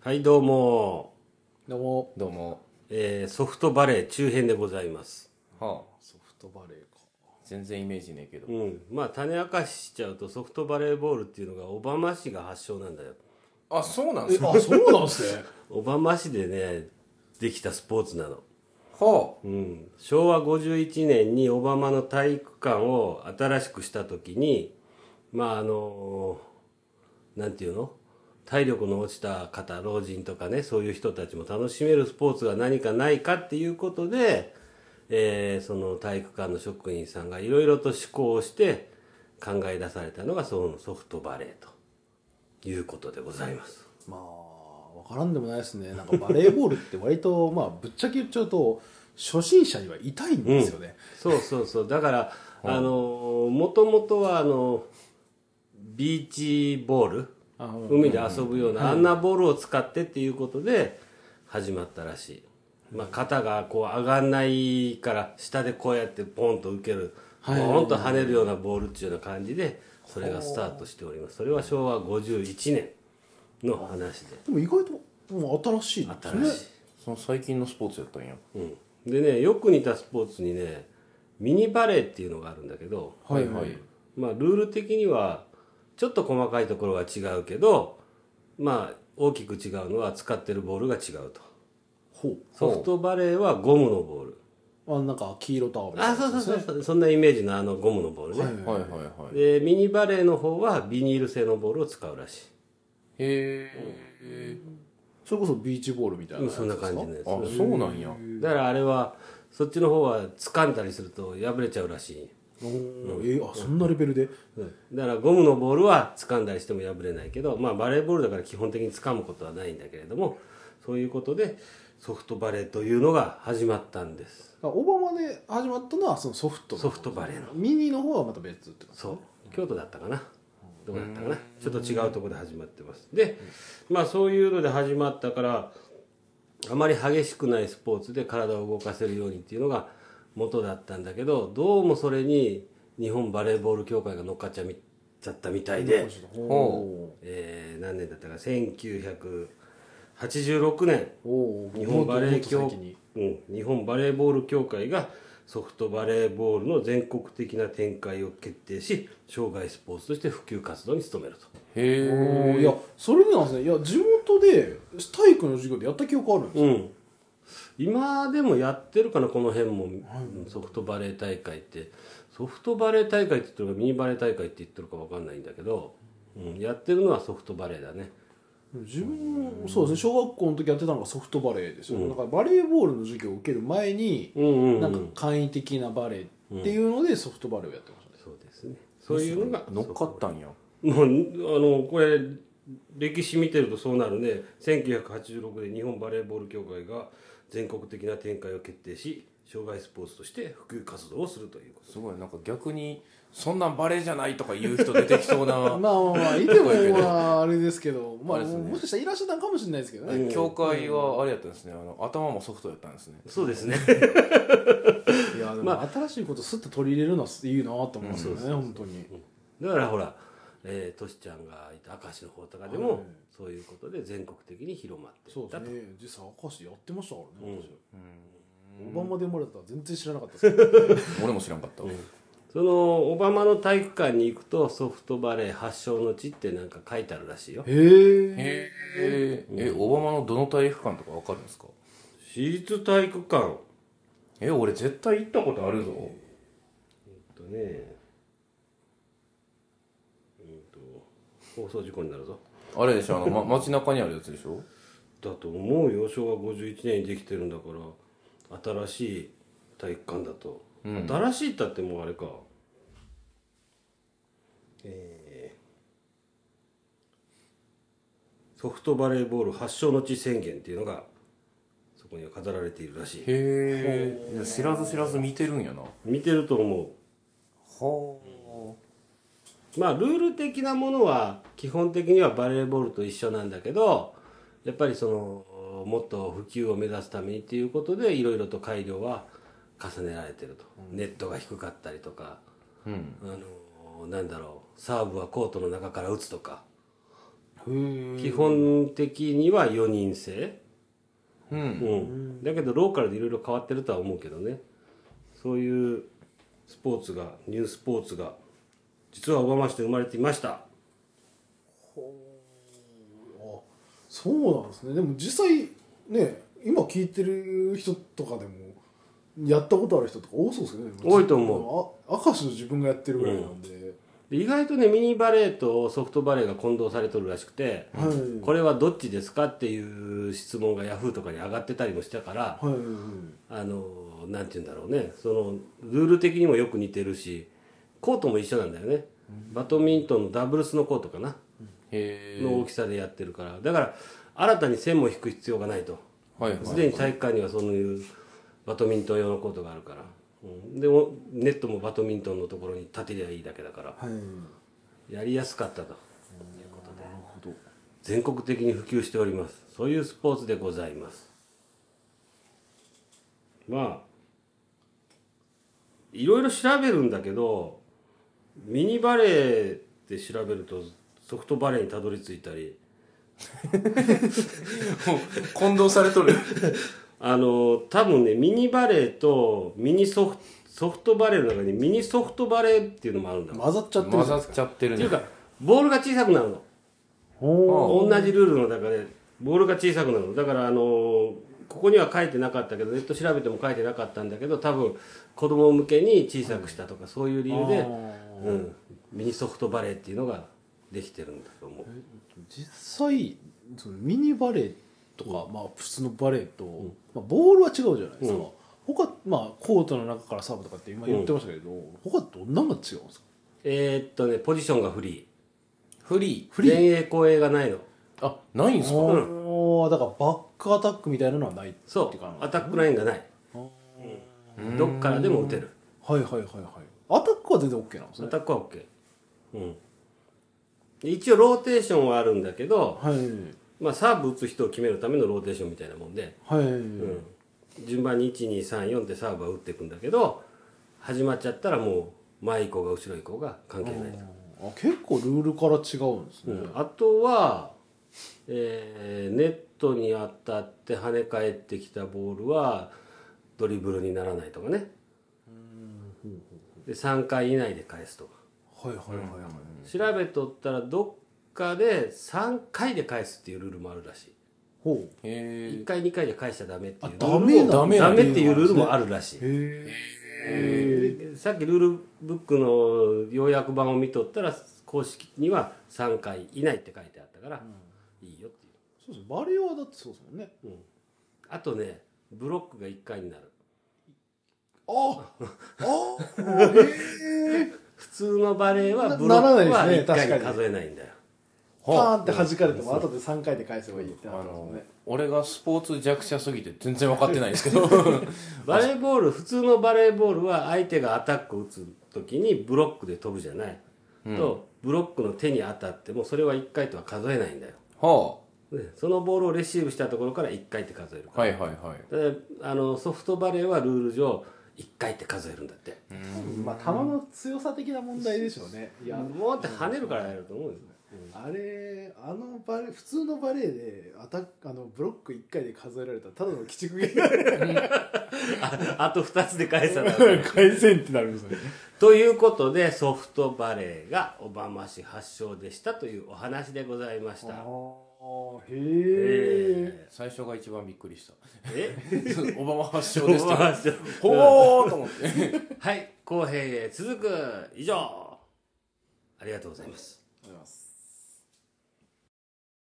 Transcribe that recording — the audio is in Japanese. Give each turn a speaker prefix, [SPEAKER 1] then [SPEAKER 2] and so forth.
[SPEAKER 1] はいどうも、
[SPEAKER 2] どうも
[SPEAKER 3] どうも、
[SPEAKER 1] えーソフトバレー中編でございます
[SPEAKER 3] はあ、
[SPEAKER 2] ソフトバレーか
[SPEAKER 3] 全然イメージねえけど、
[SPEAKER 1] うんまあ種明かししちゃうとソフトバレーボールっていうのがオバマ氏が発祥なんだよ
[SPEAKER 3] あそうなん
[SPEAKER 2] え
[SPEAKER 3] すかは
[SPEAKER 2] あそうなんすね
[SPEAKER 1] オバマ氏でねできたスポーツなの、
[SPEAKER 3] あ
[SPEAKER 1] うん、昭和51年にオバマの体育館を新しくした時にまああのなんていうの体力の落ちた方老人とかねそういう人たちも楽しめるスポーツが何かないかっていうことで、えーその体育館の職員さんがいろいろと試行をして考え出されたのがそのソフトバレーということでございます。
[SPEAKER 2] まあわからんでもないですねなんかバレーボールって割とまあぶっちゃけ言っちゃうと初心者には痛いんですよね、
[SPEAKER 1] そうそうそうだから、あのもともとはあのビーチボール
[SPEAKER 2] あうん
[SPEAKER 1] 海で遊ぶような、あんなボールを使ってっていうことで始まったらしい、まあ、肩がこう上がんないから下でこうやってポンと受ける、
[SPEAKER 2] はい
[SPEAKER 1] ポンと跳ねるようなボールっていうような感じでそれがスタートしておりますそれは昭和51年の話で、
[SPEAKER 2] でも意外ともう新しいですね
[SPEAKER 1] 新しい
[SPEAKER 3] その最近のスポーツやったんや
[SPEAKER 1] うん、でねよく似たスポーツにねミニバレーっていうのがあるんだけど
[SPEAKER 2] はいはい
[SPEAKER 1] まあ、ルール的にはちょっと細かいところは違うけど、まあ、大きく違うのは使ってるボールが違うと
[SPEAKER 2] ほ
[SPEAKER 1] ソフトバレーはゴムのボール
[SPEAKER 2] うあなんか黄色タオルみたい
[SPEAKER 1] あ
[SPEAKER 2] な
[SPEAKER 1] そうそうそうそうそんなイメージのあのゴムのボールね、
[SPEAKER 3] はいはいはい
[SPEAKER 1] で
[SPEAKER 3] へ
[SPEAKER 1] ミニバレーの方はビニール製のボールを使うらしい
[SPEAKER 3] え
[SPEAKER 2] それこそビーチボールみたいな
[SPEAKER 1] う
[SPEAKER 2] や
[SPEAKER 1] ん
[SPEAKER 2] つ
[SPEAKER 1] そんな感じの
[SPEAKER 3] あ
[SPEAKER 1] やつ
[SPEAKER 3] そうなんや
[SPEAKER 1] だからあれはそっちの方は掴んだりすると破れちゃうらしい
[SPEAKER 2] おーえーあそんなレベルで
[SPEAKER 1] うんだからゴムのボールは掴んだりしても破れないけど、まあ、バレーボールだから基本的に掴むことはないんだけれどもそういうことでソフトバレーというのが始まったんです
[SPEAKER 2] あオバマで始まったのはそのソフトの
[SPEAKER 1] ソフトバレーの
[SPEAKER 2] ミニの方はまた別って感じ
[SPEAKER 1] そう京都だったかなどこだったかなちょっと違うところで始まってますでまあそういうので始まったからあまり激しくないスポーツで体を動かせるようにっていうのが元だったんだけどどうもそれに日本バレーボール協会が乗っかっちゃみちゃったみたいで。
[SPEAKER 2] ほ
[SPEAKER 1] えー何年だったか1986年
[SPEAKER 2] うおー
[SPEAKER 1] 日本バレー
[SPEAKER 2] も
[SPEAKER 1] 協
[SPEAKER 2] っともっと先に
[SPEAKER 1] うん、日本バレーボール協会がソフトバレーボールの全国的な展開を決定し生涯スポーツとして普及活動に努めると
[SPEAKER 3] へ
[SPEAKER 2] おー
[SPEAKER 3] え
[SPEAKER 2] いやそれでなんですねいや地元で体育の授業でやった記憶あるんです
[SPEAKER 1] う
[SPEAKER 2] よ、
[SPEAKER 1] ん今でもやってるかなこの辺も、うんソフトバレー大会ってソフトバレー大会って言ってるかミニバレー大会って言ってるか分かんないんだけど、うん、やってるのはソフトバレーだね
[SPEAKER 2] 自分もそうですね小学校の時やってたのがソフトバレーですよ、なんかバレーボールの授業を受ける前に、
[SPEAKER 1] うんうん、うん、
[SPEAKER 2] なんか簡易的なバレーっていうのでソフトバレーをやってましたね、
[SPEAKER 1] そうですねそういうのが
[SPEAKER 3] 乗っかったんや
[SPEAKER 1] もうあのこれ歴史見てるとそうなるね1986年日本バレーボール協会が全国的な展開を決定し障害スポーツとして普及活動をするということ
[SPEAKER 3] すごいなんか逆にそんなんバレーじゃないとか言う人出てきそうな
[SPEAKER 2] まあまあまあいてもまああれですけど、ま
[SPEAKER 3] あ
[SPEAKER 2] あ、
[SPEAKER 3] れですね
[SPEAKER 2] もしかしたらいらっしゃったのかもしれないですけどね、
[SPEAKER 3] 教会はあれやったんですねあの頭もソフトやったんですね
[SPEAKER 1] そうです ね
[SPEAKER 2] いやでも、新しいことすって取り入れるのはいいなと思うんですよね、本当に、
[SPEAKER 1] だからほらえートシちゃんがいた明石の方とかでも、
[SPEAKER 2] はい
[SPEAKER 1] そういうことで全国的に広まってい
[SPEAKER 2] そう
[SPEAKER 1] った
[SPEAKER 2] です
[SPEAKER 1] と
[SPEAKER 2] ね実際明石やってましたからね、
[SPEAKER 3] うん
[SPEAKER 2] 私オバマで生まれたら全然知らなかったですけど
[SPEAKER 3] 俺も知らんかった、
[SPEAKER 1] そのオバマの体育館に行くとソフトバレー発祥の地ってなんか書いてあるらしいよ
[SPEAKER 2] へえ
[SPEAKER 3] へええオバマのどの体育館とかわかるんですか
[SPEAKER 1] 私立体育館
[SPEAKER 3] え俺絶対行ったことあるぞ
[SPEAKER 1] えっとねうんと放送事故になるぞ
[SPEAKER 3] あれでしょあの、ま、街中にあるやつでしょ
[SPEAKER 1] だと思うよ昭和51年にできてるんだから新しい体育館だと、新しいったってもうあれかえーソフトバレーボール発祥の地宣言っていうのがそこには飾られているらしい
[SPEAKER 3] へえ知らず知らず見てるんやな
[SPEAKER 1] 見てると思う
[SPEAKER 3] は
[SPEAKER 1] まあルール的なものは基本的にはバレーボールと一緒なんだけどやっぱりそのもっと普及を目指すためにっていうことでいろいろと改良は重ねられてると、ネットが低かったりとか、
[SPEAKER 3] あうん
[SPEAKER 1] あのなんだろうサーブはコートの中から打つとか基本的には4人制、
[SPEAKER 3] うん
[SPEAKER 1] うん、だけどローカルでいろいろ変わってるとは思うけどねそういうスポーツがニュースポーツが実は小浜市で生まれていました
[SPEAKER 2] そうなんですねでも実際ね今聞いてる人とかでもやったことある人とか多そうですよね
[SPEAKER 1] 多いと思
[SPEAKER 2] う明石の自分がやってるぐらいなんで、
[SPEAKER 1] で意外とねミニバレーとソフトバレーが混同されとるらしくて、
[SPEAKER 2] はい
[SPEAKER 1] これはどっちですかっていう質問がヤフーとかに上がってたりもしたから、
[SPEAKER 2] はいはい
[SPEAKER 1] あのなんて言うんだろうねそのルール的にもよく似てるしコートも一緒なんだよね、バドミントンのダブルスのコートかな、
[SPEAKER 3] へ
[SPEAKER 1] の大きさでやってるからだから新たに線も引く必要がないと
[SPEAKER 3] えはいはい
[SPEAKER 1] すでに体育館にはそういうバドミントン用のコートがあるから、うん、でもネットもバドミントンのところに立てりゃいいだけだから
[SPEAKER 2] はい
[SPEAKER 1] やりやすかったということで全国的に普及しておりますそういうスポーツでございますまあいろいろ調べるんだけどミニバレーって調べるとソフトバレーにたどり着いたり
[SPEAKER 3] 混同されとる
[SPEAKER 1] あの多分ねミニバレーとミニソフトソフトバレーの中にミニソフトバレーっていうのもあるんだっ
[SPEAKER 2] 混ざっちゃってる
[SPEAKER 3] 混
[SPEAKER 2] じゃ
[SPEAKER 3] ざっ
[SPEAKER 2] ないですか
[SPEAKER 3] ちゃってる
[SPEAKER 1] て
[SPEAKER 3] ね
[SPEAKER 1] いうかボールが小さくなるの
[SPEAKER 2] ほ
[SPEAKER 1] 同じルールの中でボールが小さくなるのだからあのここには書いてなかったけどネット調べても書いてなかったんだけど多分子供向けに小さくしたとか、そういう理由で、うん、ミニソフトバレーっていうのができてるんだと思う
[SPEAKER 2] う実際そのミニバレーとか、まあ、普通のバレーと、まあ、ボールは違うじゃないですか、
[SPEAKER 1] うん
[SPEAKER 2] 他まあコートの中からサーブとかって今言ってましたけど、他どんなのが違うんですか
[SPEAKER 1] えーっとねポジションがフリ
[SPEAKER 3] フリ
[SPEAKER 1] ー前衛後衛がないの
[SPEAKER 3] ーあないんすか
[SPEAKER 2] ああだからバックアタックみたいなのはないって
[SPEAKER 1] そ
[SPEAKER 2] いうか
[SPEAKER 1] アタックラインがないどっからでも打てる
[SPEAKER 2] はいはいはいはいアタックは全然 OK なんです
[SPEAKER 1] ア
[SPEAKER 2] ね
[SPEAKER 1] タックは OK うん一応ローテーションはあるんだけど、
[SPEAKER 2] はい
[SPEAKER 1] まあ、サーブ打つ人を決めるためのローテーションみたいなもんで、
[SPEAKER 2] はい、
[SPEAKER 1] うん、順番に1234ってサーブは打っていくんだけど始まっちゃったらもう前以降が後ろ以降が関係ないと、
[SPEAKER 2] あ結構ルールから違うんです
[SPEAKER 1] う
[SPEAKER 2] ね、
[SPEAKER 1] んあとは、えーネットに当たって跳ね返ってきたボールはドリブルにならないとかねで3回以内で返すとか
[SPEAKER 2] はいはいはいはい、
[SPEAKER 1] 調べとったらどっかで3回で返すっていうルールもあるらし
[SPEAKER 2] ほう
[SPEAKER 1] い
[SPEAKER 3] へ
[SPEAKER 1] 1回2回じゃ返しちゃダメっていう
[SPEAKER 2] あダメなんだ
[SPEAKER 1] ダメダメっていうルールもあるらしい
[SPEAKER 2] へ
[SPEAKER 1] でさっきルールブックの要約版を見とったら公式には3回以内って書いてあったから、いいよっていう
[SPEAKER 2] そうですねバレーはだってそうですもんね
[SPEAKER 1] あとねブロックが1回になる
[SPEAKER 2] あああへえ
[SPEAKER 1] 普通のバレーは
[SPEAKER 2] な
[SPEAKER 1] ブロック
[SPEAKER 2] な
[SPEAKER 1] は
[SPEAKER 2] らない
[SPEAKER 1] 1
[SPEAKER 2] ですね
[SPEAKER 1] 回に
[SPEAKER 2] 確かに
[SPEAKER 1] 数えないんだよ
[SPEAKER 2] パーンって弾かれても後で3回で返せばいいって
[SPEAKER 3] あ
[SPEAKER 2] なったんです
[SPEAKER 3] の
[SPEAKER 2] ね
[SPEAKER 3] 俺がスポーツ弱者すぎて全然分かってないんです けど
[SPEAKER 1] バレーボール普通のバレーボールは相手がアタックを打つ時にブロックで飛ぶじゃない、とブロックの手に当たってもそれは1回とは数えないんだよ
[SPEAKER 3] は
[SPEAKER 1] でそのボールをレシーブしたところから1回って数える
[SPEAKER 3] あはいはいはい
[SPEAKER 1] であのソフトバレーはルール上1回って数えるんだって、
[SPEAKER 2] まあ球の強さ的な問題でしょうねいや
[SPEAKER 1] もうって跳ねるからやると思うよ、
[SPEAKER 2] あれあのバレー普通のバレーでアタックあのブロック1回で数えられたらただの鬼畜ゲー
[SPEAKER 1] あ あと2つで返さない
[SPEAKER 2] ム回線ってなるんですね
[SPEAKER 1] ということでソフトバレーが小浜市発祥でしたというお話でございまし
[SPEAKER 2] あ
[SPEAKER 1] た
[SPEAKER 2] あへえ
[SPEAKER 1] え
[SPEAKER 3] 最初が一番びっくりした
[SPEAKER 1] ーえ
[SPEAKER 3] オバマ発祥です
[SPEAKER 1] 小浜市
[SPEAKER 3] ほーと思って
[SPEAKER 1] はい後編へ続く以上ありがとうございます
[SPEAKER 2] ありがとうございます